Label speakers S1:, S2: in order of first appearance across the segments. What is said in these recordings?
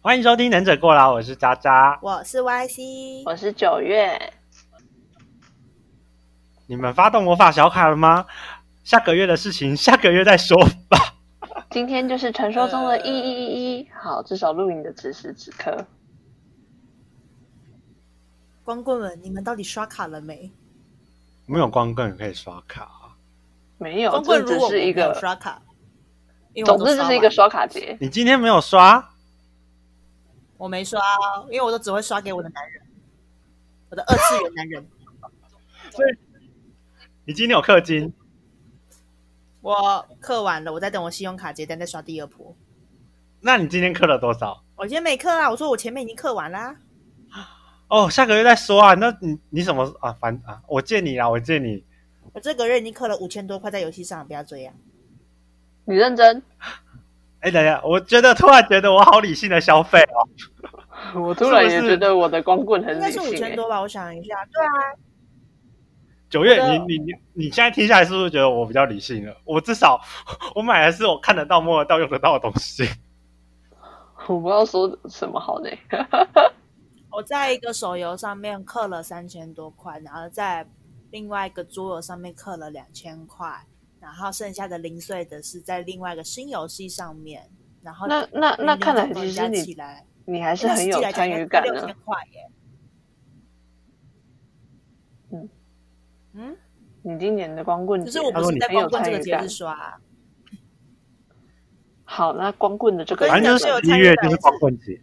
S1: 欢迎收听《能者过劳》，我是渣渣。
S2: 我是 YC，
S3: 我是九月，
S1: 你们发动魔法小卡了吗？下个月的事情，下个月再说吧。
S3: 今天就是传说中的一一一一，好，至少录影的此时此刻，
S2: 光棍们，你们到底刷卡了没？
S1: 没有光棍可以刷卡，
S3: 没有
S2: 光，棍
S3: 哦
S2: 如
S3: 这只
S2: 果我
S3: 是
S2: 没
S3: 一
S2: 有
S3: 个，
S2: 刷卡，因为我
S3: 总
S2: 都
S3: 之就是一个刷卡节。
S1: 你今天没有刷？
S2: 完了，我没刷，因为我都只会刷给我的男人，我的二次元男 人。
S1: 你今天有氪金？
S2: 我刻完了，我在等我信用卡结单再刷第二波。
S1: 那你今天氪了多少？
S2: 我今天没刻啊，我说我前面已经刻完啦。
S1: 哦，下个月再说啊。那你你什么啊？反啊，我借你啦，我借你。
S2: 我这个月已经刻了五千多块在游戏上，不要这样。
S3: 你认真？
S1: 哎，等一下，我觉得突然觉得我好理性的消费哦。
S3: 我突然也
S1: 是不是
S3: 觉得我的光棍很
S2: 应
S3: 理
S2: 该是五
S3: 性、
S2: 千
S3: 欸。
S2: 多吧，我想一下。对啊，
S1: 九月，
S2: 我
S1: 你
S2: 的
S1: 你你你现在听下来是不是觉得我比较理性了？我至少 我买的是我看得到、摸得到、用得到的东西。
S3: 我不知道说什么好呢、
S2: 我在一个手游上面刻了三千多块，然后在另外一个桌游上面刻了两千块，然后剩下的零碎的是在另外一个新游戏上面，然后
S3: 那那那看来其实
S2: 加起
S3: 你
S2: 来
S3: 你还是
S2: 那
S3: 很
S2: 实际
S3: 有
S2: 来讲
S3: 参
S2: 应该
S3: 与感
S2: 六
S3: 呢
S2: 千。块耶。
S3: 嗯
S2: 嗯，
S3: 你今年的光棍
S2: 可
S3: 节
S2: 是我
S1: 他
S2: 不
S1: 说
S2: 是
S1: 你
S2: 在
S3: 很有
S2: 光棍这
S3: 参
S2: 个
S3: 与
S2: 节
S3: 感
S2: 日。刷、啊，
S3: 好，那光棍的这个
S2: 我
S1: 反
S2: 跟
S1: 正
S2: 你
S1: 就
S2: 讲
S1: 是十一月就是光棍节。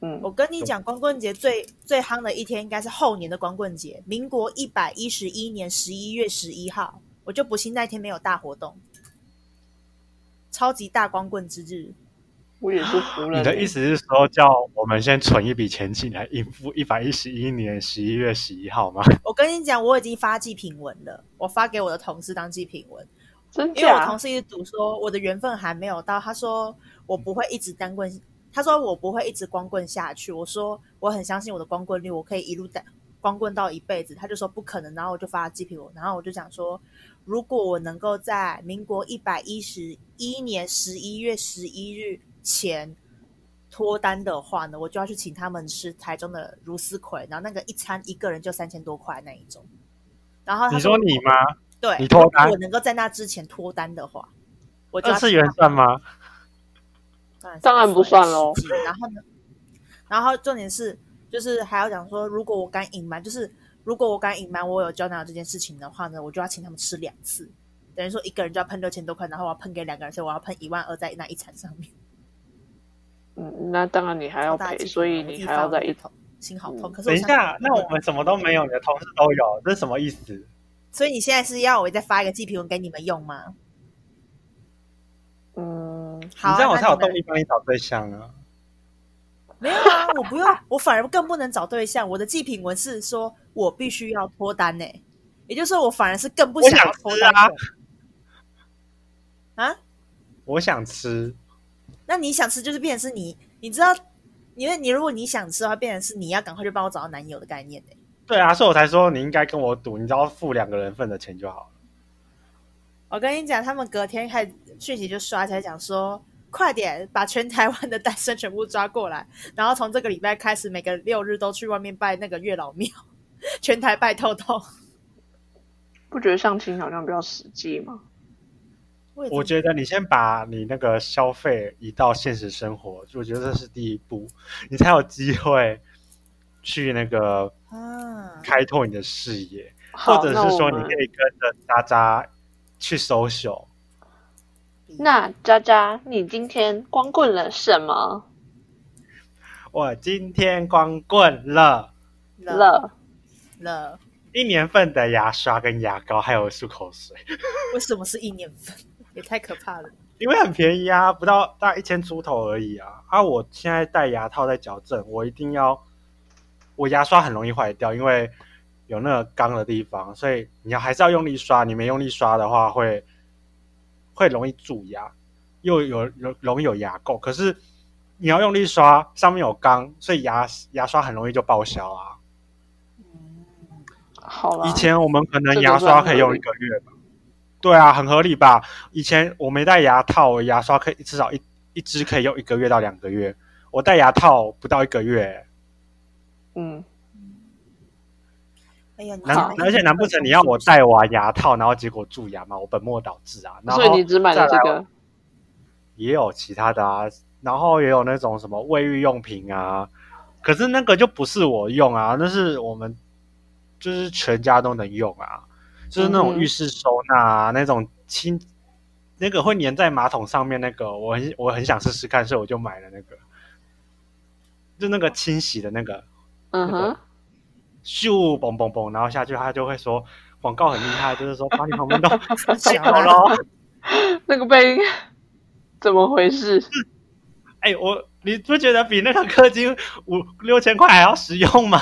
S3: 嗯，
S2: 我跟你讲，光棍节最最夯的一天应该是后年的光棍节，民国一百一十一年十一月十一号，我就不信那天没有大活动，超级大光棍之日。
S3: 我也是服了
S1: 你的意思是说，叫我们先存一笔钱进来应付一百一十一年十一月十一号吗？
S2: 我跟你讲，我已经发祭品文了，我发给我的同事当祭品文，
S3: 欸真
S2: 因为我
S3: 假
S2: 同？事一直赌说我的缘分还没有到，他说我不会一直单棍，他说我不会一直光棍下去。我说我很相信我的光棍率，我可以一路单光棍到一辈子。他就说不可能，然后我就发了鸡皮我，然后我就想说，如果我能够在民国一百一十一年十一月十一日前脱单的话呢，我就要去请他们吃台中的如斯葵，然后那个一餐一个人就三千多块那一种。然后他
S1: 你说你吗？
S2: 对，
S1: 你脱单
S2: 如果我能够在那之前脱单的话，我就
S1: 啊二
S2: 要
S1: 次元
S2: 去
S1: 算吗？
S2: 当然
S3: 当然不算咯
S2: 实际然后呢，然后重点是，就是还要讲说，如果我敢隐瞒，就是如果我敢隐瞒我有交男友这件事情的话呢，我就要请他们吃两次，等于说一个人就要喷六千多块，然后我要喷给两个人，所以我要喷一万二在那一餐上面。
S3: 嗯，那当然你还要
S2: 大家记
S3: 赔，
S2: 得
S3: 所以
S2: 我自
S3: 你
S2: 己
S3: 还
S2: 发
S3: 要
S2: 文
S3: 再一
S2: 头，心好痛。
S3: 嗯
S2: 可是
S1: 等
S2: 我
S1: 一
S2: 想
S1: 下，那我们什么都没有，你的同事都有，这是什么意思？
S2: 所以你现在是要我再发一个祭品文给你们用吗？
S3: 嗯，
S2: 好啊，
S1: 你这样我
S2: 那
S1: 才有
S2: 你们
S1: 动力帮你找对象啊！
S2: 没有啊，我不用， 我反而更不能找对象。我的祭品文是说我必须要脱单呢、也就是说我反而是更不要脱单
S1: 我想
S2: 的
S1: 吃。
S2: 啊，
S1: 我想吃，
S2: 那你想吃就是变成是你，你知道，因为你如果你想吃的话，变成是你要赶快去帮我找到男友的概念、欸、
S1: 对啊，所以我才说你应该跟我赌，你只要付两个人份的钱就好了。
S2: 我跟你讲，他们隔天开始讯息就刷起来，讲说快点把全台湾的单身全部抓过来，然后从这个礼拜开始，每个六日都去外面拜那个月老庙，全台拜透透。
S3: 不觉得相亲好像比较实际吗？
S2: 我也这么
S1: 我觉得你先把你那个消费移到现实生活，我觉得这是第一步，你才有机会去那个
S2: 啊，
S1: 开拓你的视野。或
S3: 好，
S1: 者
S3: 那
S1: 是
S3: 我
S1: 说你
S3: 们
S1: 可以跟着渣渣去 social。
S3: 那渣渣，你今天光棍了什么
S1: 我今天光棍了，
S3: 了？
S2: 了，
S1: 一年份的牙刷跟牙膏，还有漱口水，
S2: 为什么是一年份？也太可怕了！
S1: 因为很便宜啊，不到大概一千出头而已啊。啊，我现在戴牙套在矫正，我一定要，我牙刷很容易坏掉，因为有那个钢的地方，所以你要还是要用力刷，你没用力刷的话会会容易蛀牙，又有容容易有牙垢。可是你要用力刷，上面有钢，所以牙牙刷很容易就报销啊。
S3: 好了，
S1: 以前我们可能
S3: 这个
S1: 牙刷
S3: 算
S1: 可以用一个月吧，对啊，很合理吧？以前我没戴牙套，我牙刷可以至少一一支可以用一个月到两个月，我戴牙套不到一个月，
S3: 嗯，
S2: 哎呀，你
S1: 难
S2: 讲
S3: 好
S2: 得
S1: 而且难不成你要我戴完牙套，然后结果蛀牙吗？我本末倒置啊！然后
S3: 所以你只买了
S1: 再
S3: 这
S1: 来
S2: 哦
S3: 个，
S1: 也有其他的啊，然后也有那种什么卫浴用品啊，可是那个就不是我用啊，那是我们就是全家都能用啊，就是那
S3: 嗯
S1: 种
S3: 哼
S1: 浴室收纳啊，那种清那个会粘在马桶上面那个，我很我很想试试看，所以我就买了那个，就那个清洗的那个，
S3: 嗯哼，
S1: 咻嘣嘣嘣，然后下去他就会说广告很厉害，就是说把你旁边都洗好喽。
S3: 那个被怎么回事？
S1: 哎、我你不觉得比那个氪金五六千块还要实用吗？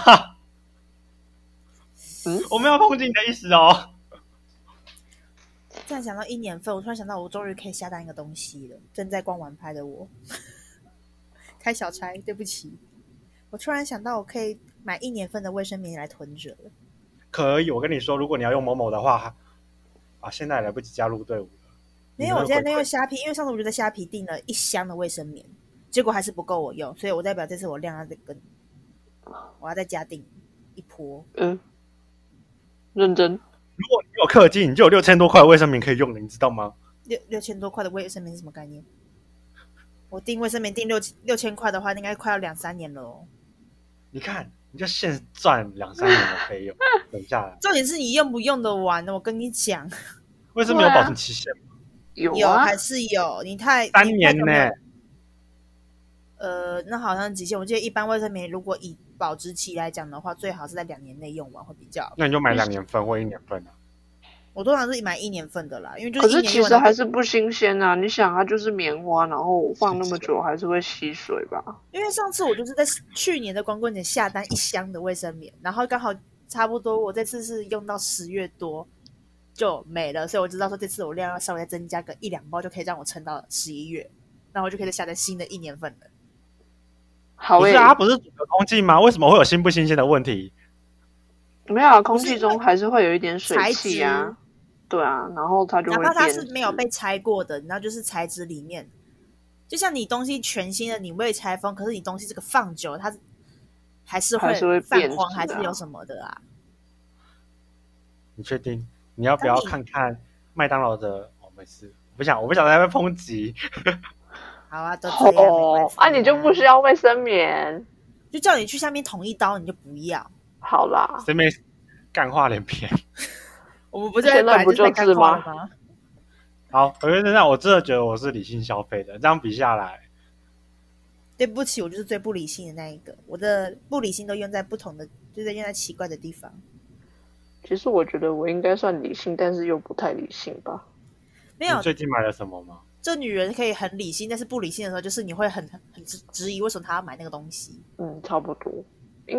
S3: 嗯
S1: 我没有抨击你的意思哦。
S2: 突然想到一年份，我突然想到我终于可以下单一个东西了。正在逛完拍的我， 开小差，对不起。我突然想到，我可以买一年份的卫生棉来囤着了。
S1: 可以，我跟你说，如果你要用某某的话，啊，现在来不及加入队伍了。
S2: 没
S1: 你
S2: 有，
S1: 那
S2: 我
S1: 个
S2: 现
S1: 回
S2: 在在
S1: 馈
S2: 用虾皮，因为上次我就在虾皮订了一箱的卫生棉，结果还是不够我用，所以我代表这次我量要再跟，我要再加订一波。
S3: 嗯，认真，
S1: 如果你有氪金，你就有六千多块的卫生棉可以用了，你知道吗？
S2: 六六千多块的卫生棉是什么概念？我订卫生棉订六六千块的话，应该快要两三年了哦。
S1: 你看，你就现赚两三年的费用， 等下来。
S2: 重点是你用不用得完哦呢？我跟你讲，
S1: 卫生棉有保存期限吗，
S3: 有
S2: 有
S3: 啊
S2: 还，是有，你太
S1: 三年
S2: 你
S1: 呢、
S2: 太久没有呃，那好像极限。我记得一般卫生棉如果以保质期来讲的话，最好是在两年内用完会比较。
S1: 那你就买两年份或一年份啊。
S2: 我通常是买一年份的啦，因为就
S3: 可
S2: 一
S3: 是
S2: 年
S3: 其
S2: 用完
S3: 实
S2: 的话
S3: 还是不新鲜啊！你想，它就是棉花，然后放那么久还是会吸水吧？
S2: 因为上次我就是在去年的光棍节下单一箱的卫生棉，然后刚好差不多，我这次是用到十月多就没了，所以我知道说这次我量要稍微再增加个一两包，就可以让我撑到十一月，然后我就可以再下单新的一年份了。
S3: 好
S1: 不
S3: 诶、
S1: 是啊，它不是组合空气吗？为什么会有新不新鲜的问题？
S3: 没有啊，空气中还是会有一点水
S2: 材
S3: 汽啊。对啊，然后它就
S2: 哪
S3: 会
S2: 怕它
S3: 变
S2: 是
S3: 质
S2: 没有被拆过的，然后就是材质里面，就像你东西全新的，你未拆封，可是你东西这个放久了，它还是
S3: 还是会
S2: 泛
S3: 变
S2: 黄，
S3: 质
S2: 还是
S3: 啊
S2: 有什么的啊？
S1: 你确定？你要不要看看麦当劳的？哦，没事，我不想，我不想在那边抨击。
S2: 好啊，都这样没关
S3: 哦
S2: 系，
S3: 啊，你就不需要卫生棉，
S2: 就叫你去下面捅一刀，你就不要。
S3: 好啦，
S1: 谁没干话连篇？
S2: 我们不
S3: 现在不
S2: 在
S3: 就
S2: 干
S3: 是
S2: 话
S3: 吗
S2: 吗？
S1: 好，我觉得那我真的觉得我是理性消费的，这样比下来，
S2: 对不起，我就是最不理性的那一个，我的不理性都用在不同的，就是用在奇怪的地方。
S3: 其实我觉得我应该算理性，但是又不太理性吧。
S2: 没
S1: 你
S2: 有，
S1: 最近买了什么吗？
S2: 这女人可以很理性，但是不理性的时候，就是你会很很质质疑为什么她要买那个东西。
S3: 嗯，差不多，应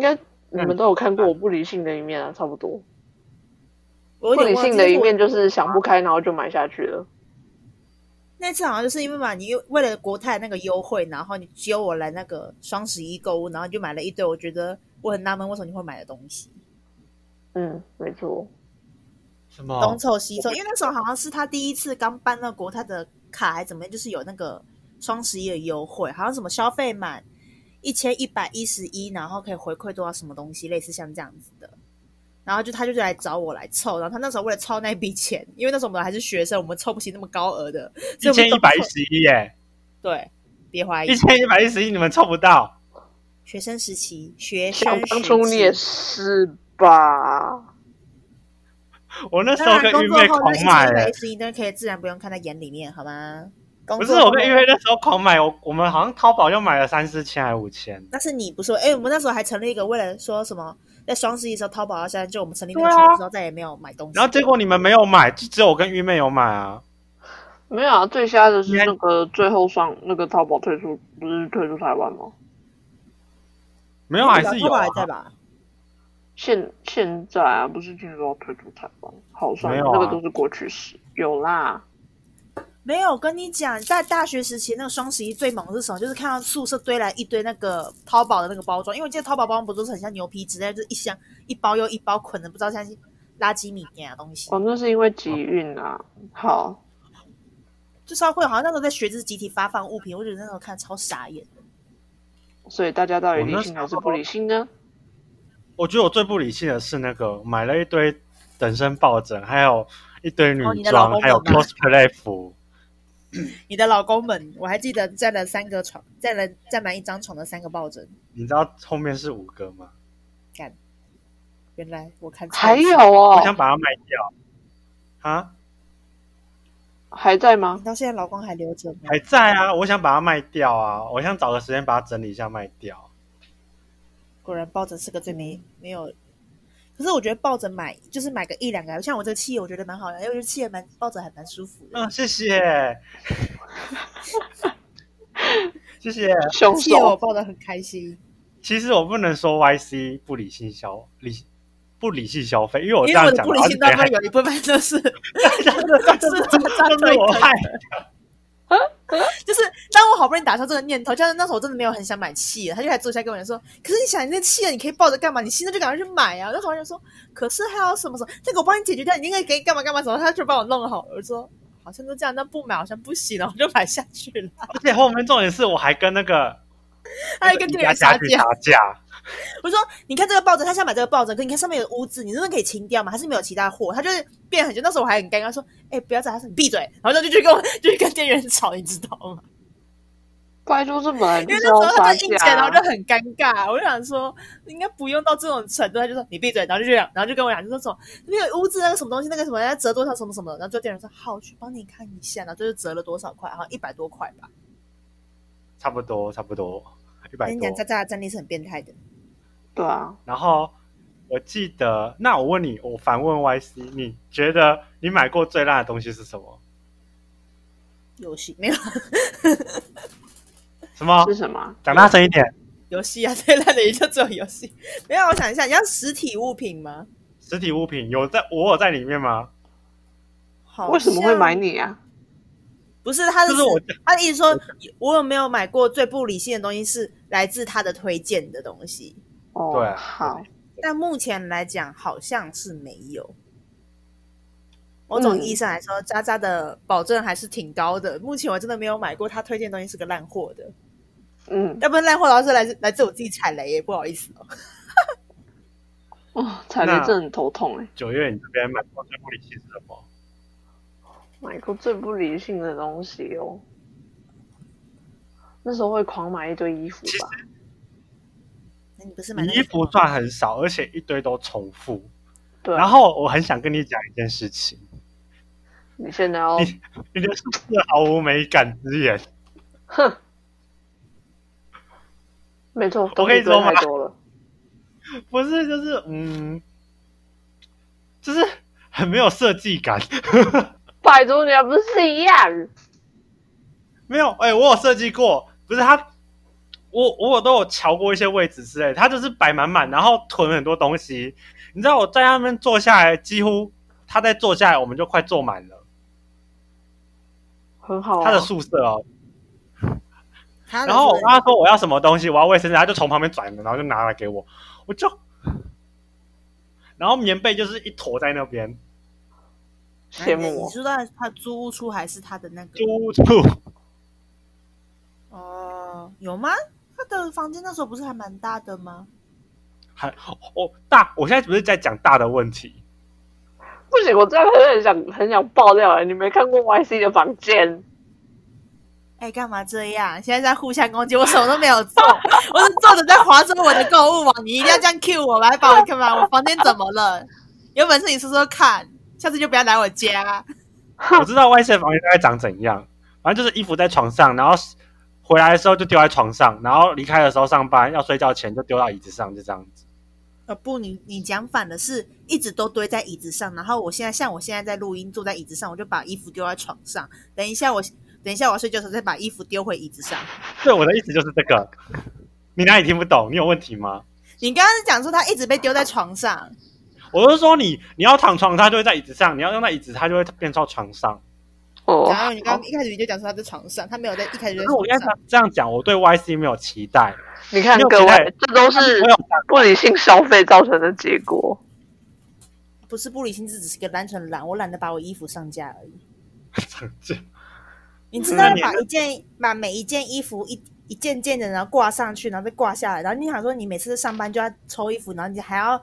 S2: 嗯
S3: 该你们都有看过我不理性的一面啊，差不多。
S2: 我
S3: 不
S2: 有点
S3: 理
S2: 忘记
S3: 性的一面
S2: 我
S3: 就是想不开，然后就买下去了。
S2: 那次好像就是因为嘛，你为了国泰那个优惠，然后你揪我来那个双十一购物，然后你就买了一堆，我觉得我很纳闷为什么你会买的东西，
S3: 嗯，没错。
S1: 什么？
S2: 东凑西凑，因为那时候好像是他第一次刚办那个国泰的卡，还怎么样，就是有那个双十一的优惠，好像什么消费满一千一百一十一，然后可以回馈多少什么东西，类似像这样子的。然后就他就来找我来凑，然后他那时候为了凑那笔钱，因为那时候我们还是学生，我们凑不起那么高额的，所
S1: 一
S2: 以我们
S1: 千
S2: 都
S1: 一百一
S2: 凑
S1: 十一耶，
S2: 对，别怀疑
S1: 一，千一百一十一，你们凑不到。
S2: 学生时期，学生
S3: 想
S2: 时期，
S3: 当初你也是吧？
S1: 我那时
S2: 当
S1: 候跟
S2: 然工
S1: 玉
S2: 作
S1: 妹
S2: 后
S1: 狂啊
S2: 那
S1: 买
S2: 一千一百
S1: 耶
S2: 一，十一，但可以自然不用看在眼里面，好吗？工
S1: 不是
S2: 作
S1: 我跟
S2: 后
S1: 玉妹那时候狂买，我我们好像淘宝就买了三四千还五千。
S2: 但是你不说，哎、我们那时候还成立一个，为了说什么，在双十一的时候淘宝要下单，就我们成立那个
S1: 对啊
S2: 群之后再也没有买东西。
S1: 然后结果你们没有买，就只有我跟玉妹有买啊。
S3: 没有啊，最瞎的是
S1: 你还
S3: 那个最后上那个淘宝退出，不是退出台湾吗？
S1: 没有还
S2: 哎淘
S1: 是
S2: 宝
S1: 有、啊
S2: 还，在吧？
S3: 现现在啊，不是听说要退出台湾，好算
S1: 没
S3: 了、
S1: 有啊
S3: 那个都是过去式。有啦，
S2: 没有，我跟你讲，在大学时期那个双十一最猛的是什么？就是看到宿舍堆来一堆那个淘宝的那个包装，因为我记得淘宝包装不都是很像牛皮纸，但就是一箱一包又一包捆的，不知道像是垃圾米一样的东西。
S3: 哦，那是因为集运啊。好，
S2: 就超会，好像那时候在学就是集体发放物品，我觉得那时候看超傻眼。
S3: 所以大家到底
S2: 哦
S1: 我那
S3: 理性
S1: 时
S3: 还是
S1: 候
S3: 不理性呢？
S1: 我觉得我最不理性的是那个买了一堆等身抱枕，还有一堆女
S2: 哦你的老
S1: 装，
S2: 公
S1: 还有
S2: 们吗
S1: cosplay 服。
S2: 你的老公们，我还记得占了三个床，占了占满一张床的三个抱枕。
S1: 你知道后面是五个吗？
S2: 原来我看错
S3: 还
S2: 了
S3: 有
S1: 我想
S3: 哦，
S1: 把它卖掉啊，
S3: 还在
S2: 你
S3: 吗？
S2: 到现在老公还留着吗？
S1: 还在啊，我想把它卖掉啊，我想找个时间把它整理一下卖掉。
S2: 果然抱枕是个最没没有。可是我觉得抱枕买就是买个一两个，像我这个气我觉得蛮好的，因为我觉得气也蛮抱枕还蛮舒服的。
S1: 嗯，谢谢， 谢谢。
S3: 凶
S2: 气我
S3: 手
S2: 抱得很开心，
S1: 其实我不能说 YC 不理性消理不理性消费，因为我这
S2: 因为
S1: 样
S2: 我的
S1: 讲
S2: 不
S1: 的
S2: 理
S1: 话，
S2: 性当中有一部分就是就是他抓
S1: 都
S2: 对
S1: 是我
S2: 坑，
S1: 害。
S2: 就是当我好不容易打消这个念头，加上那时候我真的没有很想买气了，他就还坐下来跟我讲说：“可是你想你那气了，你可以抱着干嘛？你现在就赶快去买啊！”然后我就说：“可是还有什么什么，这个我帮你解决掉，你应该给你干嘛干嘛什么。”他就帮我弄好，我就说：“好像都这样，那不买好像不行了，我就买下去了。”
S1: 而且后面重点是我还跟那个
S2: 还有跟店
S1: 家
S2: 员杀
S1: 家具
S2: 价
S1: 打。架，
S2: 我说，你看这个抱枕，他想买这个抱枕，可你看上面有污渍，你真的可以清掉吗？还是没有其他货？他就是变很久，那时候我还很尴尬，说，哎、不要找他，你闭嘴。然后他就去跟我，就去跟店员吵，你知道吗？
S3: 怪出这门，
S2: 因为那
S3: 这
S2: 时
S3: 种
S2: 候他
S3: 杀
S2: 就印钱，然后
S3: 价
S2: 就，很尴尬。我就想说，应该不用到这种程度，他就说你闭嘴，然后就这样，然后就跟我讲，就说什么那个污渍那个什么东西，那个什么要折多少什么什么，然后就店员说好，我去帮你看一下，然后就是折了多少块，好像一百多块吧。
S1: 差不多差不多一百
S2: 跟哎你
S1: 多
S2: 讲，。渣渣的战力是很变态的。
S3: 对啊，
S1: 然后我记得，那我问你，我反问 YC，你觉得你买过最烂的东西是什么？
S2: 游戏没有
S1: 什么
S3: 是？什么？
S1: 讲大声一点。
S2: 游戏啊， 最烂的也就只有游戏。没有，我想一下，你要实体物品吗？
S1: 实体物品有在我有在里面吗？
S2: 好
S3: 为什么会买
S2: 像？
S3: 你啊？
S2: 不是，他的
S1: 就是我
S2: 他的意思说，我有没有买过最不理性的东西是来自他的推荐的东西？
S3: 哦，
S1: 对啊
S3: 好，
S2: 但目前来讲，好像是没有。某种意义上来说，渣渣的保证还是挺高的。目前我真的没有买过他推荐的东西是个烂货的，
S3: 嗯，
S2: 要不然烂货老是来自来自我自己踩雷耶，不好意思哦。
S3: 哦，踩雷
S1: 那
S3: 真的很头痛哎。
S1: 九月你这边买过最不理性是什么？
S3: 买过最不理性的东西哦。那时候会狂买一堆衣服吧，
S2: 那你不是买
S1: 你
S2: 那个
S1: 衣服
S2: 什么
S1: 算很少，而且一堆都重复。
S3: 对啊。
S1: 然后我很想跟你讲一件事情，
S3: 你现在哦要，
S1: 你的数字毫无美感之言。
S3: 哼，没错，
S1: 我可以
S3: 东
S1: 说
S3: 西
S1: 吗
S3: 堆太多了，
S1: 不是，就是嗯，就是很没有设计感。
S3: 拜托你还啊不是一样？
S1: 没有，哎、我有设计过，不是他，我我都有瞧过一些位置之类，他就是摆满满，然后囤很多东西。你知道我在他们坐下来，几乎他在坐下来，我们就快坐满了。
S3: 很好、啊，
S1: 他的宿舍哦，
S2: 他的
S1: 然后我
S2: 是
S1: 跟他说我要什么东西，我要卫生纸，他就从旁边转了，然后就拿来给我，我就，然后棉被就是一坨在那边，
S3: 羡
S2: 哎
S3: 慕
S2: 你
S3: 我，
S2: 知道他租屋处还是他的那个？
S1: 租住
S2: 哦，有吗？他的房间那时候不是还蛮大的吗？
S1: 还哦大，我现在不是在讲大的问题，
S3: 不行，我真的很想很想爆料哎、你没看过 YC 的房间，
S2: 哎，干嘛这样？现在在互相攻击，我什么都没有做， 我是坐着在划着我的购物网。你一定要这样 cue 我来把我干嘛？我房间怎么了？有本事你说说看，下次就不要来我家。
S1: 我知道 Y C 房间大概长怎样，反正就是衣服在床上，然后回来的时候就丢在床上，然后离开的时候上班要睡觉前就丢到椅子上，就这样子。
S2: 呃，不，你你讲反了，是一直都堆在椅子上，然后我现在像我现在在录音，坐在椅子上，我就把衣服丢在床上。等一下我等一下我要睡觉的时候再把衣服丢回椅子上。
S1: 对，我的意思就是这个。你哪里听不懂？你有问题吗？
S2: 你刚刚是讲说他一直被丢在床上，
S1: 我是说你，你要躺床，它就会在椅子上；你要用在椅子，它就会变到床上。
S3: 哦，
S2: 然后你刚刚一开始就讲说他在床上，他没有在一开始就
S1: 可
S2: 在
S1: 是我
S2: 床
S1: 刚
S2: 上
S1: 才。这样讲，我对 Y C 没有期待，
S3: 你看
S1: 没有
S3: 各
S1: 期待
S3: 位，这都是
S1: 我有想
S3: 不理性消费造成的结果。
S2: 不是不理性，这只是个单纯懒，我懒得把我衣服上架而已。
S1: 成见。
S2: 你知道
S1: 嗯
S2: 把一件把每一件衣服一一件件的，然后挂上去，然后再挂下来，然后你想说你每次上班就要抽衣服，然后你还要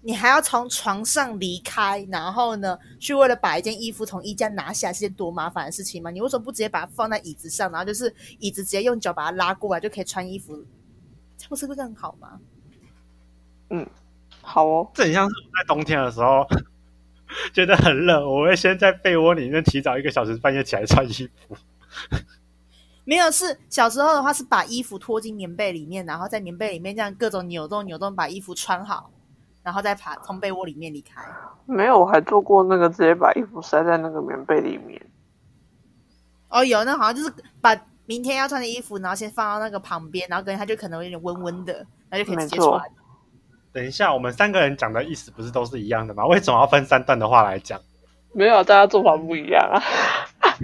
S2: 你还要从床上离开，然后呢去为了把一件衣服从衣架拿下来是件多麻烦的事情吗？你为什么不直接把它放在椅子上，然后就是椅子直接用脚把它拉过来就可以穿衣服？这样不是会更好吗？
S3: 好哦，
S1: 这很像是我在冬天的时候 觉得很冷，我会先在被窝里面提早一个小时半夜起来穿衣服。
S2: 没有，是小时候的话是把衣服拖进棉被里面，然后在棉被里面这样各种扭动扭动，把衣服穿好，然后再爬从被窝里面离开。
S3: 没有，我还做过那个直接把衣服塞在那个棉被里面。
S2: 哦，有，那好像就是把明天要穿的衣服，然后先放到那个旁边，然后跟它就可能有点温温的，然后就可以直接
S3: 没错
S2: 穿。
S1: 等一下，我们三个人讲的意思不是都是一样的吗？ 为什么要分三段的话来讲？
S3: 没有，啊大家做法不一样啊。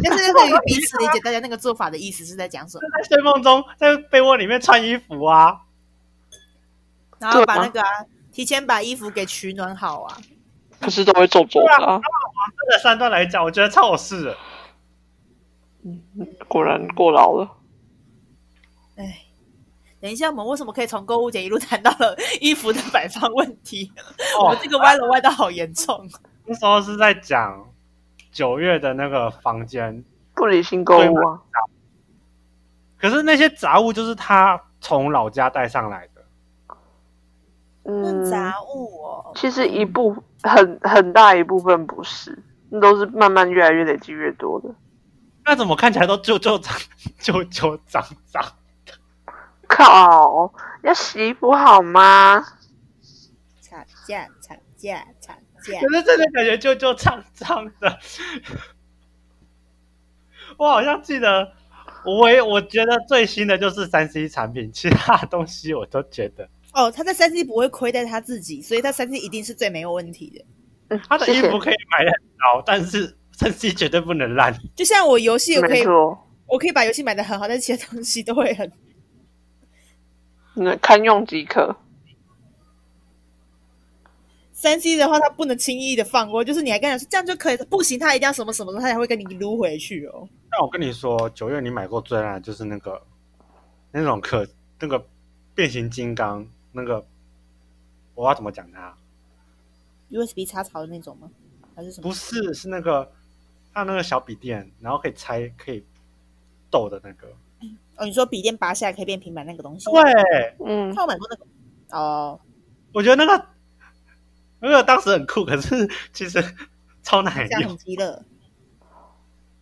S2: 但是对于彼此理解，大家那个做法的意思是在讲什么？
S1: 在睡梦中，在被窝里面穿衣服啊。
S2: 然后把
S3: 对啊
S2: 那 个啊、提前把衣服给取暖好啊。
S3: 可是都会皱皱的啊。
S1: 这三段来讲，我觉得超有事的。
S3: 果然过劳了。
S2: 哎，等一下，我们为什么可以从购物节一路谈到了衣服的摆放问题？我
S1: 哦
S2: 们，这个歪楼歪到好严重。
S1: 那时候是在讲九月的那个房间，
S3: 不理性购物啊，
S1: 可是那些杂物就是他从老家带上来的。
S3: 嗯
S2: 论，杂物哦，
S3: 其实一部很很大一部分不是，那都是慢慢越来越累积越多的。
S1: 那怎么看起来都旧旧脏 旧旧脏脏？
S3: 靠，要洗衣服好吗？
S2: 吵架吵架吵架
S1: 可是真的感觉旧旧脏脏的。我好像记得，我也我觉得最新的就是三 C 产品，其他的东西我都觉得
S2: 哦，他在三 C 不会亏待他自己，所以他三 C 一定是最没有问题的。
S3: 嗯，
S1: 他的
S3: 谢
S1: 衣
S3: 谢
S1: 服。可以买的很高，但是三 C 绝对不能烂。
S2: 就像我游戏，我可
S3: 没
S2: 以
S3: 错，
S2: 我可以把游戏买的很好，但是其他东西都会很
S3: 那堪用即可。
S2: 三 C 的话，他不能轻易的放过，就是你还跟他说这样就可以，不行，他一定要什么什么，他才会跟你撸回去哦。
S1: 但我跟你说，九月你买过最烂的就是那个那种可那个变形金刚那个，我要怎么讲它？
S2: USB 插槽的那种吗？还是什么？
S1: 不是，是那个它那个小笔电，然后可以拆可以斗的那个。
S2: 哦，你说笔电拔下来可以变平板那个东西？，
S1: 对，
S3: 嗯，
S2: 看我买过那个。哦，
S1: 我觉得那个那个当时很酷，可是其实超难
S3: 哎
S2: 这样
S1: 用
S2: 很。鸡肋。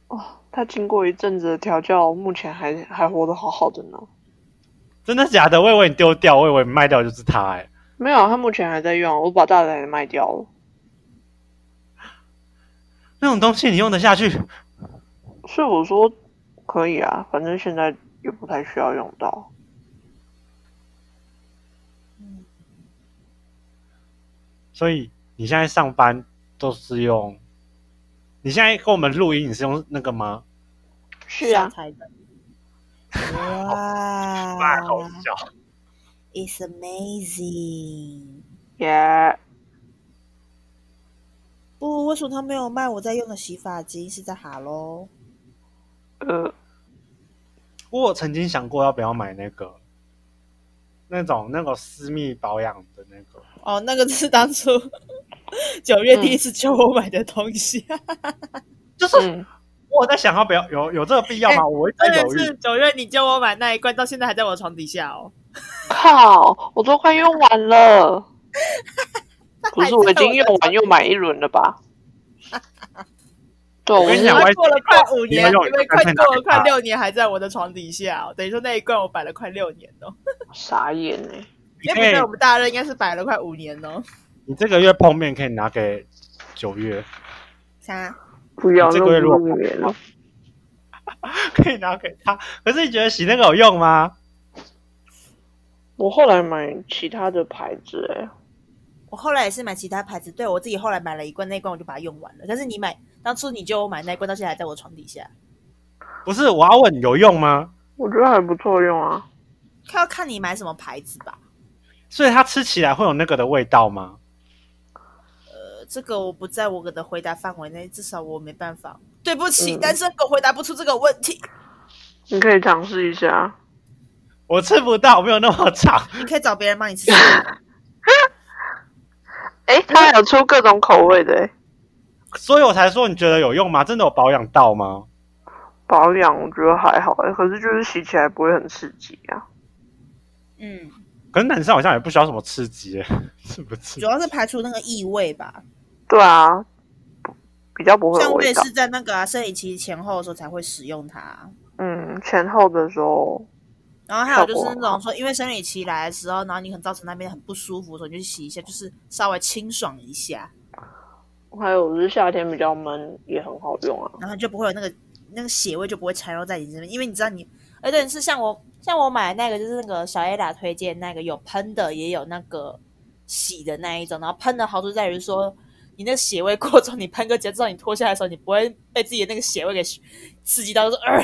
S3: 哦，他经过一阵子的调教，目前还还活得好好的呢。
S1: 真的假的？我以为你丢掉，我以为你卖掉就是它、哎，
S3: 没有，他目前还在用，我把大台的卖掉了，
S1: 那种东西你用得下去？
S3: 所以我说可以啊，反正现在也不太需要用到。
S1: 所以你现在上班都是用？你现在跟我们录音，你是用那个吗？
S3: 是啊，
S2: 拆的。哇
S1: 啊，
S3: 哦
S1: 好笑！
S2: ，It's amazing。
S3: 耶、
S1: 啊
S2: 不，为什么他没有卖我在用的洗发精？是在哈喽？
S3: 呃，
S1: 我有曾经想过要不要买那个那种那种私密保养的那个，
S2: 哦，那个是当初 九月第一次叫我买的东西，啊
S1: 就是
S3: 嗯，
S1: 我在想要不要有有这个必要吗？
S2: 哎
S1: 我会
S2: 真
S1: 在犹
S2: 的
S1: 豫。
S2: 是九月你叫我买那一罐，到现在还在我床底下哦。
S3: 靠，我都快用完了。不是，我已经
S2: 还
S3: 用
S2: 在我
S3: 完又买一轮了吧？ 对，我
S1: 我跟你
S2: 因
S1: 讲
S2: 为过了快五年，
S1: 你要用
S2: 因为快
S1: 你要用
S2: 过了快六年，还在我的床底下、哦。等于说那一罐我摆了快六年哦。
S3: 傻眼哎、
S1: 你
S2: 哎，不
S1: 可以
S2: 对，我们大热应该是摆了快五年哦。
S1: 你这个月碰面可以拿给九月，
S2: 啥？
S3: 不要
S1: 这个月
S3: 用
S1: 如果
S3: 五年了，
S1: 可以拿给他。可是你觉得洗那个有用吗？
S3: 我后来买其他的牌子哎、
S2: 我后来也是买其他牌子，对我自己后来买了一罐，那一罐我就把它用完了。但是你买当初你就买那一罐，到现在还在我床底下。
S1: 不是，我要问有用吗？
S3: 我觉得还不错用啊。
S2: 看要看你买什么牌子吧。
S1: 所以它吃起来会有那个的味道吗？
S2: 呃，这个我不在我的回答范围内，至少我没办法。对不起，
S3: 嗯
S2: 单身狗回答不出这个问题。
S3: 你可以尝试一下，
S1: 我吃不到，没有那么长。
S2: 你可以找别人帮你吃。
S3: 哎、它有出各种口味的、欸、
S1: 所以我才说你觉得有用吗？真的有保养到吗？
S3: 保养，我觉得还好、欸，可是就是洗起来不会很刺激啊。
S2: 嗯，
S1: 可是男生好像也不需要什么刺激耶，是不是
S2: 主？要是排除那个异味吧。
S3: 对啊，不比较不会有
S2: 像我
S3: 味
S2: 也
S3: 道。
S2: 是在那个啊生理期前后的时候才会使用它。
S3: 嗯，前后的时候，
S2: 然后还有就
S3: 效
S2: 是
S3: 果
S2: 那种说，因为生理期来的时候，然后你可能造成那边很不舒服的时候，你就去洗一下，就是稍微清爽一下，
S3: 还有是夏天比较闷，也很好用啊。
S2: 然后就不会有那个那个血味就不会缠绕在你身边，因为你知道你，而且是像我像我买的那个就是那个小 A 打推荐那个有喷的，也有那个洗的那一种，然后喷的好处在于说。你那个血味过重，你喷个结之后，你脱下来的时候，你不会被自己的那个血味给刺激到，就说呃，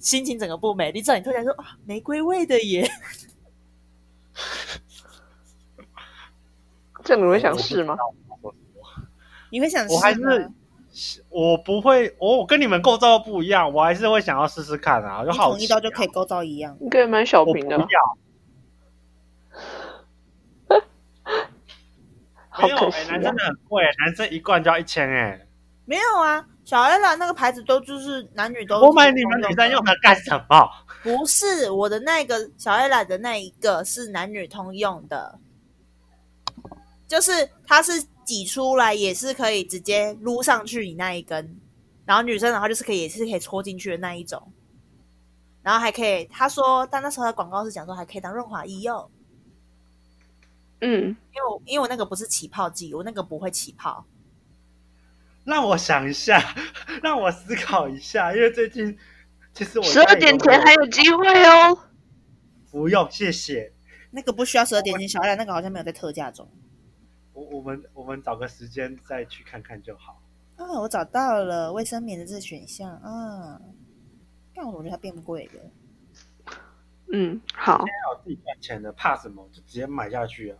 S2: 心情整个不美丽。至少你脱下来说啊，玫瑰味的耶，
S3: 这你会想试吗？
S2: 你会想试
S1: 我还
S2: 吗
S1: 是我不会，我我跟你们构造不一样，我还是会想要试试看啊，就
S2: 你
S1: 好
S2: 统
S1: 奇
S2: 一
S1: 啊、
S2: 到就可以构造一样。
S3: 你可以买小
S1: 我
S3: 瓶
S1: 不
S3: 的，
S1: 要，
S3: 好
S1: 没有
S3: 可
S1: 哎、
S3: 惜
S1: 男
S3: 啊
S1: 生！的很贵、男生一罐就要一千哎，
S2: 没有啊，小 A 啦那个牌子都就是男女都。
S1: 我买你们女生用。的干什么？
S2: 不是我的那个小 A 啦的那一个是男女通用的，就是它是挤出来也是可以直接撸上去你那一根，然后女生的话就是可以也是可以戳进去的那一种，然后还可以他说，但那时候的广告是讲说还可以当润滑液用。
S3: 嗯，
S2: 因为我因为我那个不是起泡剂，我那个不会起泡，
S1: 让我想一下， 让我思考一下，因为最近其实我
S3: 十二点前还有机会哦。
S1: 不用，谢谢。
S2: 那个不需要十二点前小 A 啦那个好像没有在特价中。
S1: 我我们我们找个时间再去看看就好。
S2: 啊，我找到了卫生棉的这个选项啊，但我总觉得它变贵了。
S3: 嗯，好，
S1: 还有自己赚钱的，怕什么？就直接买下去啊。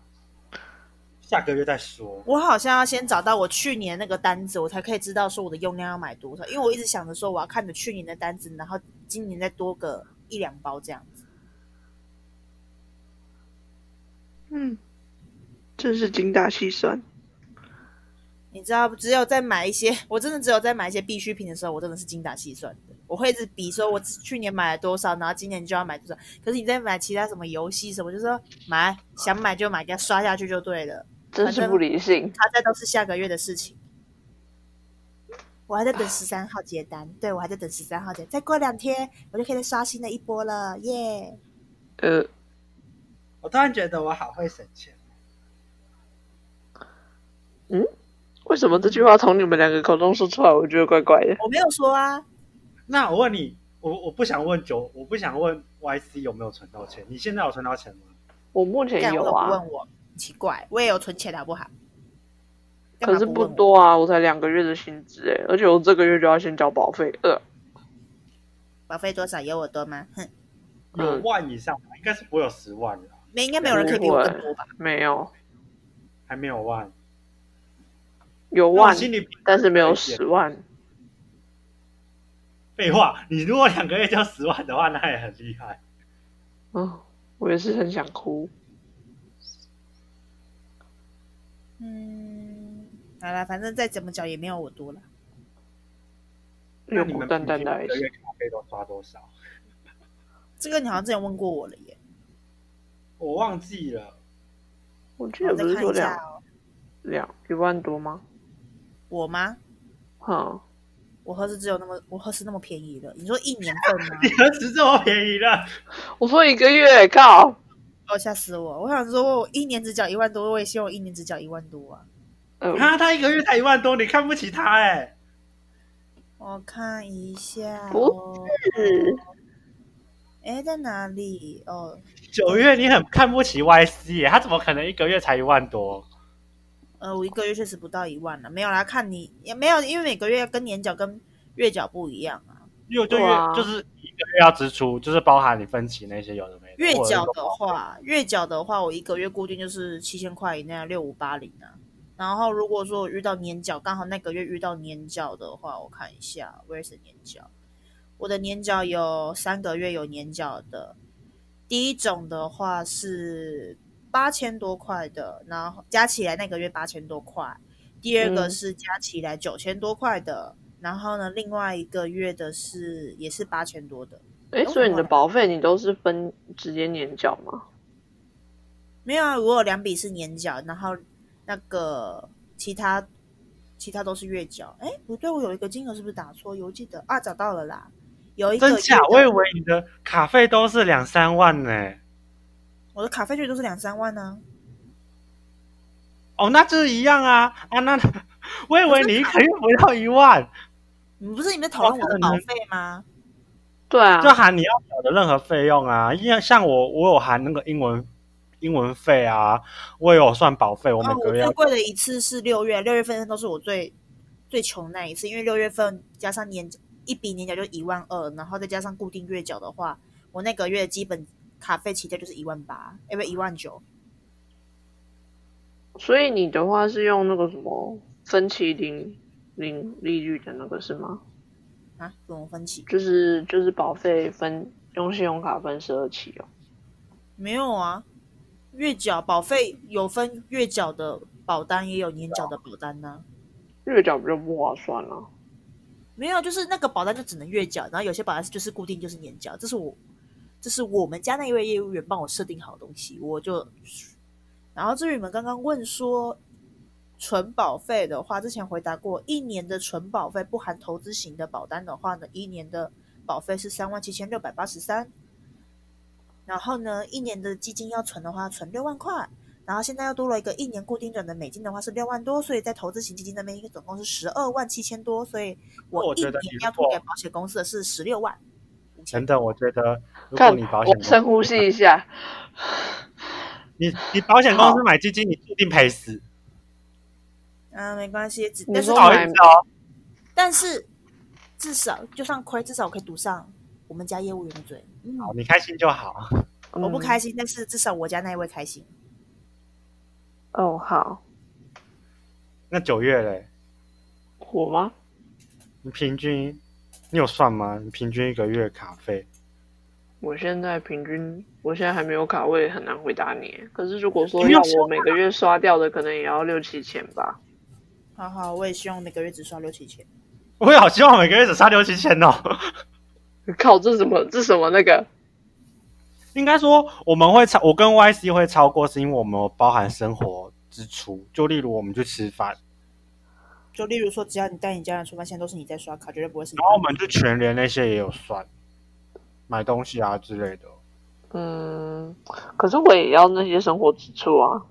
S1: 下个月再说。
S2: 我好像要先找到我去年那个单子，我才可以知道说我的用量要买多少，因为我一直想着说我要看着去年的单子，然后今年再多个一两包这样子。
S3: 嗯，真是精打细算。
S2: 你知道，只有在买一些， 我真的只有在买一些必需品的时候，我真的是精打细算的。我会一直比说，我去年买了多少，然后今年就要买多少。可是你在买其他什么游戏什么，就说买想买就买，给它刷下去就对了。
S3: 真是不理性。
S2: 他这都是下个月的事情。我还在等十三号结单，对我还在等十三号结，再过两天我就可以再刷新的一波了，耶、
S3: 呃，
S1: 我突然觉得我好会省钱，
S3: 为什么这句话从你们两个口中说出来，我觉得怪怪的？
S2: 我没有说啊，
S1: 那我问你，我我不想问九，我不想问 YC 有没有存到钱。你现在有存到钱吗？
S3: 我目前
S2: 干我
S3: 有
S2: 都不
S3: 啊，
S2: 问我，奇怪，我也有存钱好不好？干
S3: 可
S2: 嘛
S3: 是
S2: 不
S3: 不
S2: 问我，
S3: 多啊，我才两个月的薪资哎，而且我这个月就要先交保费。呃，
S2: 保费多少有我多吗？哼，
S1: 有
S3: 嗯，
S1: 万以上吧，应该是不会有十万的，
S2: 没应该没有人可以比我更多吧？
S3: 没有，
S1: 还没有万。
S3: 有
S1: 那我
S3: 万，
S1: 心里
S3: 但是没有
S1: 险
S3: 十万。
S1: 废话，你如果两个月交十万的话，那也很厉害。
S3: 嗯，我也是很想哭。
S2: 嗯，好啦，反正再怎么缴也没有我多了。
S1: 那
S3: 有
S1: 你
S3: 苦
S1: 们
S3: 淡淡
S1: 平均
S3: 的
S1: 一
S3: 爱
S1: 个
S3: 情。
S1: 月咖啡都刷多少？
S2: 这个你好像之前问过我了耶，
S1: 我忘记了。
S3: 我记
S2: 我
S3: 得
S2: 再
S3: 不是
S2: 看
S3: 说
S2: 一下
S3: 两
S2: 哦。
S3: 两一万多吗？
S2: 我吗？
S3: 哈，
S2: 我何时只有那么我何时那么便宜了？你说一年份吗？
S1: 你何时这么便宜了？
S3: 我说一个月，靠！
S2: 哦，吓死我！我想说，我一年只缴一万多，我也希望我一年只缴一万多啊。
S3: 呃，
S1: 啊，他一个月才一万多，你看不起他哎、
S2: 我看一下、
S3: 不
S2: 哦，
S3: 是
S2: 哎，在哪里？哦，
S1: 九月你很看不起 YC，耶、他怎么可能一个月才一万多？
S2: 呃，我一个月确实不到一万了、没有啦，看你也没有，因为每个月跟年缴跟月缴不一样啊。
S1: 因为就月
S3: 对啊
S1: 就是一个月要支出，就是包含你分期那些有的没的。
S2: 月缴
S1: 或者
S2: 的话，月缴的话，我一个月固定就是七千块以内啊，六五八零啊。然后如果说我遇到年缴，刚好那个月遇到年缴的话，我看一下 where is 年缴？我的年缴有三个月有年缴的，第一种的话是八千多块的，然后加起来那个月八千多块。第二个
S3: 嗯
S2: 是加起来九千多块的，然后呢，另外一个月的是也是八千多的。
S3: 哎，所以你的保费你都是分直接年缴吗？
S2: 没有啊，我有两笔是年缴，然后那个其他其他都是月缴。哎，不对，我有一个金额是不是打错？邮寄的啊，找到了啦，有一个
S1: 真假
S2: 月？的
S1: 我以为你的卡费都是两三万呢、
S2: 我的卡费率都是两三万啊呢、
S1: 哦，那就是一样啊啊！那 我以为你一个月不到一万，
S2: 你不是你们在讨论我的保费吗？
S3: 对啊，
S1: 就含你要缴的任何费用啊。因为像我，我有含那个英文英文费啊，我也有算保费，我每
S2: 哦，我
S1: 个月
S2: 最
S1: 要
S2: 贵的一次是六月，六月份都是我最最穷那一次，因为六月份加上年一笔年缴就一万二，然后再加上固定月缴的话，我那个月基本卡费起价就是一万八，要不一万九。
S3: 所以你的话是用那个什么分期零零利率的那个是吗？
S2: 啊，怎么分期？
S3: 就是就是保费分用信用卡分十二期哦。
S2: 没有啊，月缴保费有分月缴的保单，也有年缴的保单呢、
S3: 月缴不就不划算啊了、
S2: 没有，就是那个保单就只能月缴，然后有些保单就是固定就是年缴，这是我，这是我们家那一位业务员帮我设定好的东西，我就。然后至于你们刚刚问说纯保费的话，之前回答过，一年的纯保费不含投资型的保单的话呢，一年的保费是三万七千六百八十三。然后呢，一年的基金要存的话，存六万块。然后现在又多了一个一年固定转的美金的话是六万多，所以在投资型基金那边一个总共是十二万七千多，所以
S1: 我
S2: 我一
S1: 觉得
S2: 年
S1: 你
S2: 要
S1: 如
S2: 吐
S1: 果
S2: 给保险公司的是十六万。
S1: 等等。我觉得，如果
S3: 看
S1: 你保险
S3: 我
S1: 公
S3: 深呼吸一 下，
S1: 你你保险公司买基金，你注定赔死。
S2: 嗯，没关系，只
S3: 你
S2: 但是
S3: 说
S1: 不好
S2: 我
S1: 意
S3: 买
S1: 思哦，
S2: 但是至少就算亏，至少我可以堵上我们家业务员的嘴。嗯，
S1: 你开心就好。
S2: 我不
S3: 嗯
S2: 开心，但是至少我家那一位开心。
S3: 哦，好，
S1: 那九月嘞，
S3: 我吗？
S1: 你平均你有算吗？你平均一个月卡费？
S3: 我现在平均，我现在还没有卡位，很难回答你。可是如果说啊
S1: 你没有
S3: 要
S1: 说
S3: 我每个月刷掉的，可能也要六七千吧。
S2: 好好，我也希望每个月只刷六七千。
S1: 我也好希望每个月只差六七千哦。
S3: 靠，这什么？这什么那个？
S1: 应该说我们会超，我跟 YC 会超过，是因为我们有包含生活支出，就例如我们去吃饭，
S2: 就例如说，只要你带你家人出门，现在都是你在刷卡，绝对不会是你
S1: 然后我们去全联那些也有算，买东西啊之类的。
S3: 嗯，可是我也要那些生活支出啊。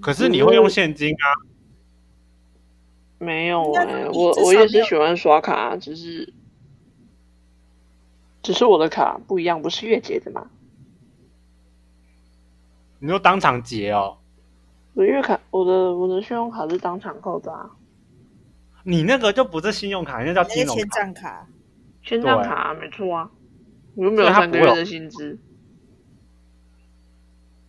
S1: 可是你会
S2: 嗯
S1: 用现金啊？
S3: 没有
S2: 应该
S3: 哎、
S2: 说你
S3: 我
S2: 至少
S3: 我也
S2: 没
S3: 是
S2: 有
S3: 喜欢刷卡，只是只是我的卡不一样，不是月结的嘛。
S1: 你就当场结哦。
S3: 我月卡，我的我的信用卡是当场扣的啊，
S1: 你那个就不是信用卡，那叫
S2: 那
S1: 金
S2: 个
S1: 融
S2: 千
S1: 卡。
S2: 账卡，
S3: 先账
S1: 对
S3: 卡、啊、没错啊。我又没有
S1: 所以它
S3: 三个
S1: 不
S3: 月
S1: 会有
S3: 的薪资，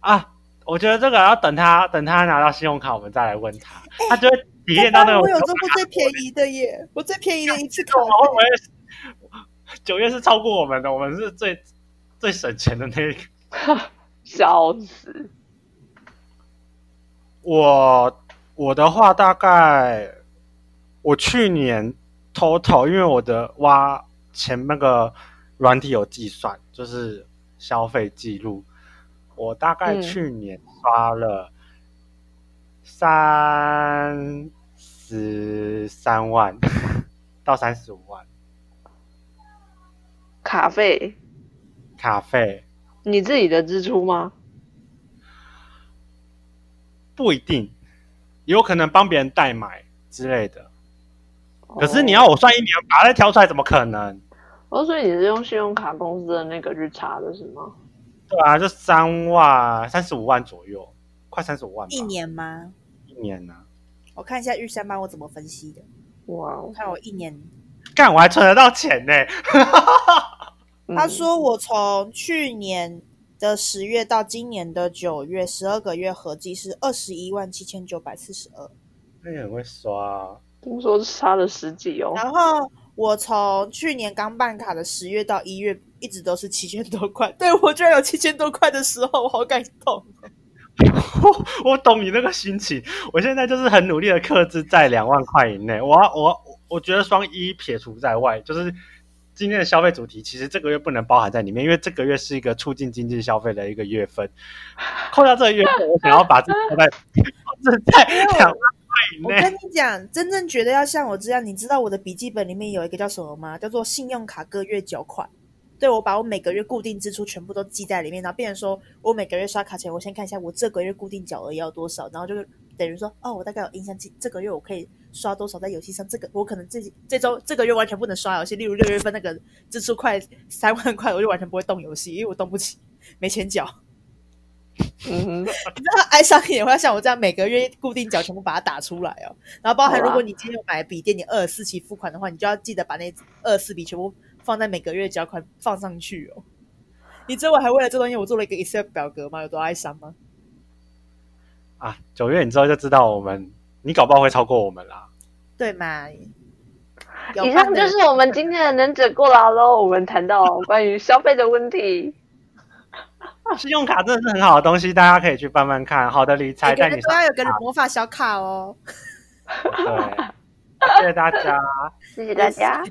S1: 啊，我觉得这个要等他等他拿到信用卡，我们再来问他，他就会体验到那种。
S2: 哎我有做过最便宜的耶，我最便宜的一次 卡
S1: 我们会不会九月是超过我们的？我们是最最省钱的那一个。
S3: 笑死！
S1: 我我的话，大概我去年 total，因为我的挖前那个软体有计算，就是消费记录，我大概
S3: 嗯
S1: 去年刷了三十三万 到三十五万
S3: 卡费
S1: 卡费，
S3: 你自己的支出吗？
S1: 不一定，有可能帮别人代买之类的。可是你要我算一年，把它再挑出来，怎么可能？
S3: 哦哦，哦，所以你是用信用卡公司的那个去查的是吗？
S1: 对啊，就三万、三十五万左右，快三十五万吧
S2: 一年吗？
S1: 一年呢、啊。
S2: 我看一下玉山帮我怎么分析的。
S3: 哇哦
S2: 我，看我一年
S1: 干，我还存得到钱呢、
S3: 嗯
S2: 他说我从去年的十月到今年的九月，十二个月合计是二十一万七千九百四十二。
S1: 那也很会刷、啊。
S3: 听说是差了十几哦，
S2: 然后我从去年刚办卡的十月到一月，一直都是七千多块。对我居然有七千多块的时候，我好感动。
S1: 我懂你那个心情，我现在就是很努力的克制在两万块以内。我要我我觉得双一撇除在外，就是今天的消费主题，其实这个月不能包含在里面，因为这个月是一个促进经济消费的一个月份。扣掉这个月份，我想要把自己扣在 控制在两万块以
S2: 我
S1: 内。
S2: 跟你讲，真正觉得要像我这样，你知道我的笔记本里面有一个叫什么吗？叫做信用卡各月缴款。对，我把我每个月固定支出全部都记在里面，然后变成说我每个月刷卡前，我先看一下我这个月固定缴额要多少，然后就是等于说，哦，我大概有印象，这这个月我可以刷多少在游戏上，这个我可能这这周这个月完全不能刷游戏，例如六月份那个支出快三万块，我就完全不会动游戏，因为我动不起，没钱缴。
S3: 嗯哼，
S2: 你知道爱上也会像我这样每个月固定缴全部把它打出来哦。然后包含如果你今天有买笔电，你二十四期付款的话，你就要记得把那二十四笔全部放在每个月缴款放上去哦。你知道我还为了这东西我做了一个 Excel 表格吗？有多哀伤吗？
S1: 啊，九月你之后就知道我们，你搞不好会超过我们啦。
S2: 对嘛？有
S3: 以
S2: 办
S3: 上
S2: 的
S3: 就是我们今天的忍者过劳喽。我们谈到关于消费的问题，
S1: 信用卡真的是很好的东西，大家可以去慢慢看。好的理财
S2: 每个
S1: 带你
S2: 人都
S1: 上
S2: 要有个魔法小卡哦。
S1: 对，谢谢大家。
S3: 谢谢大家。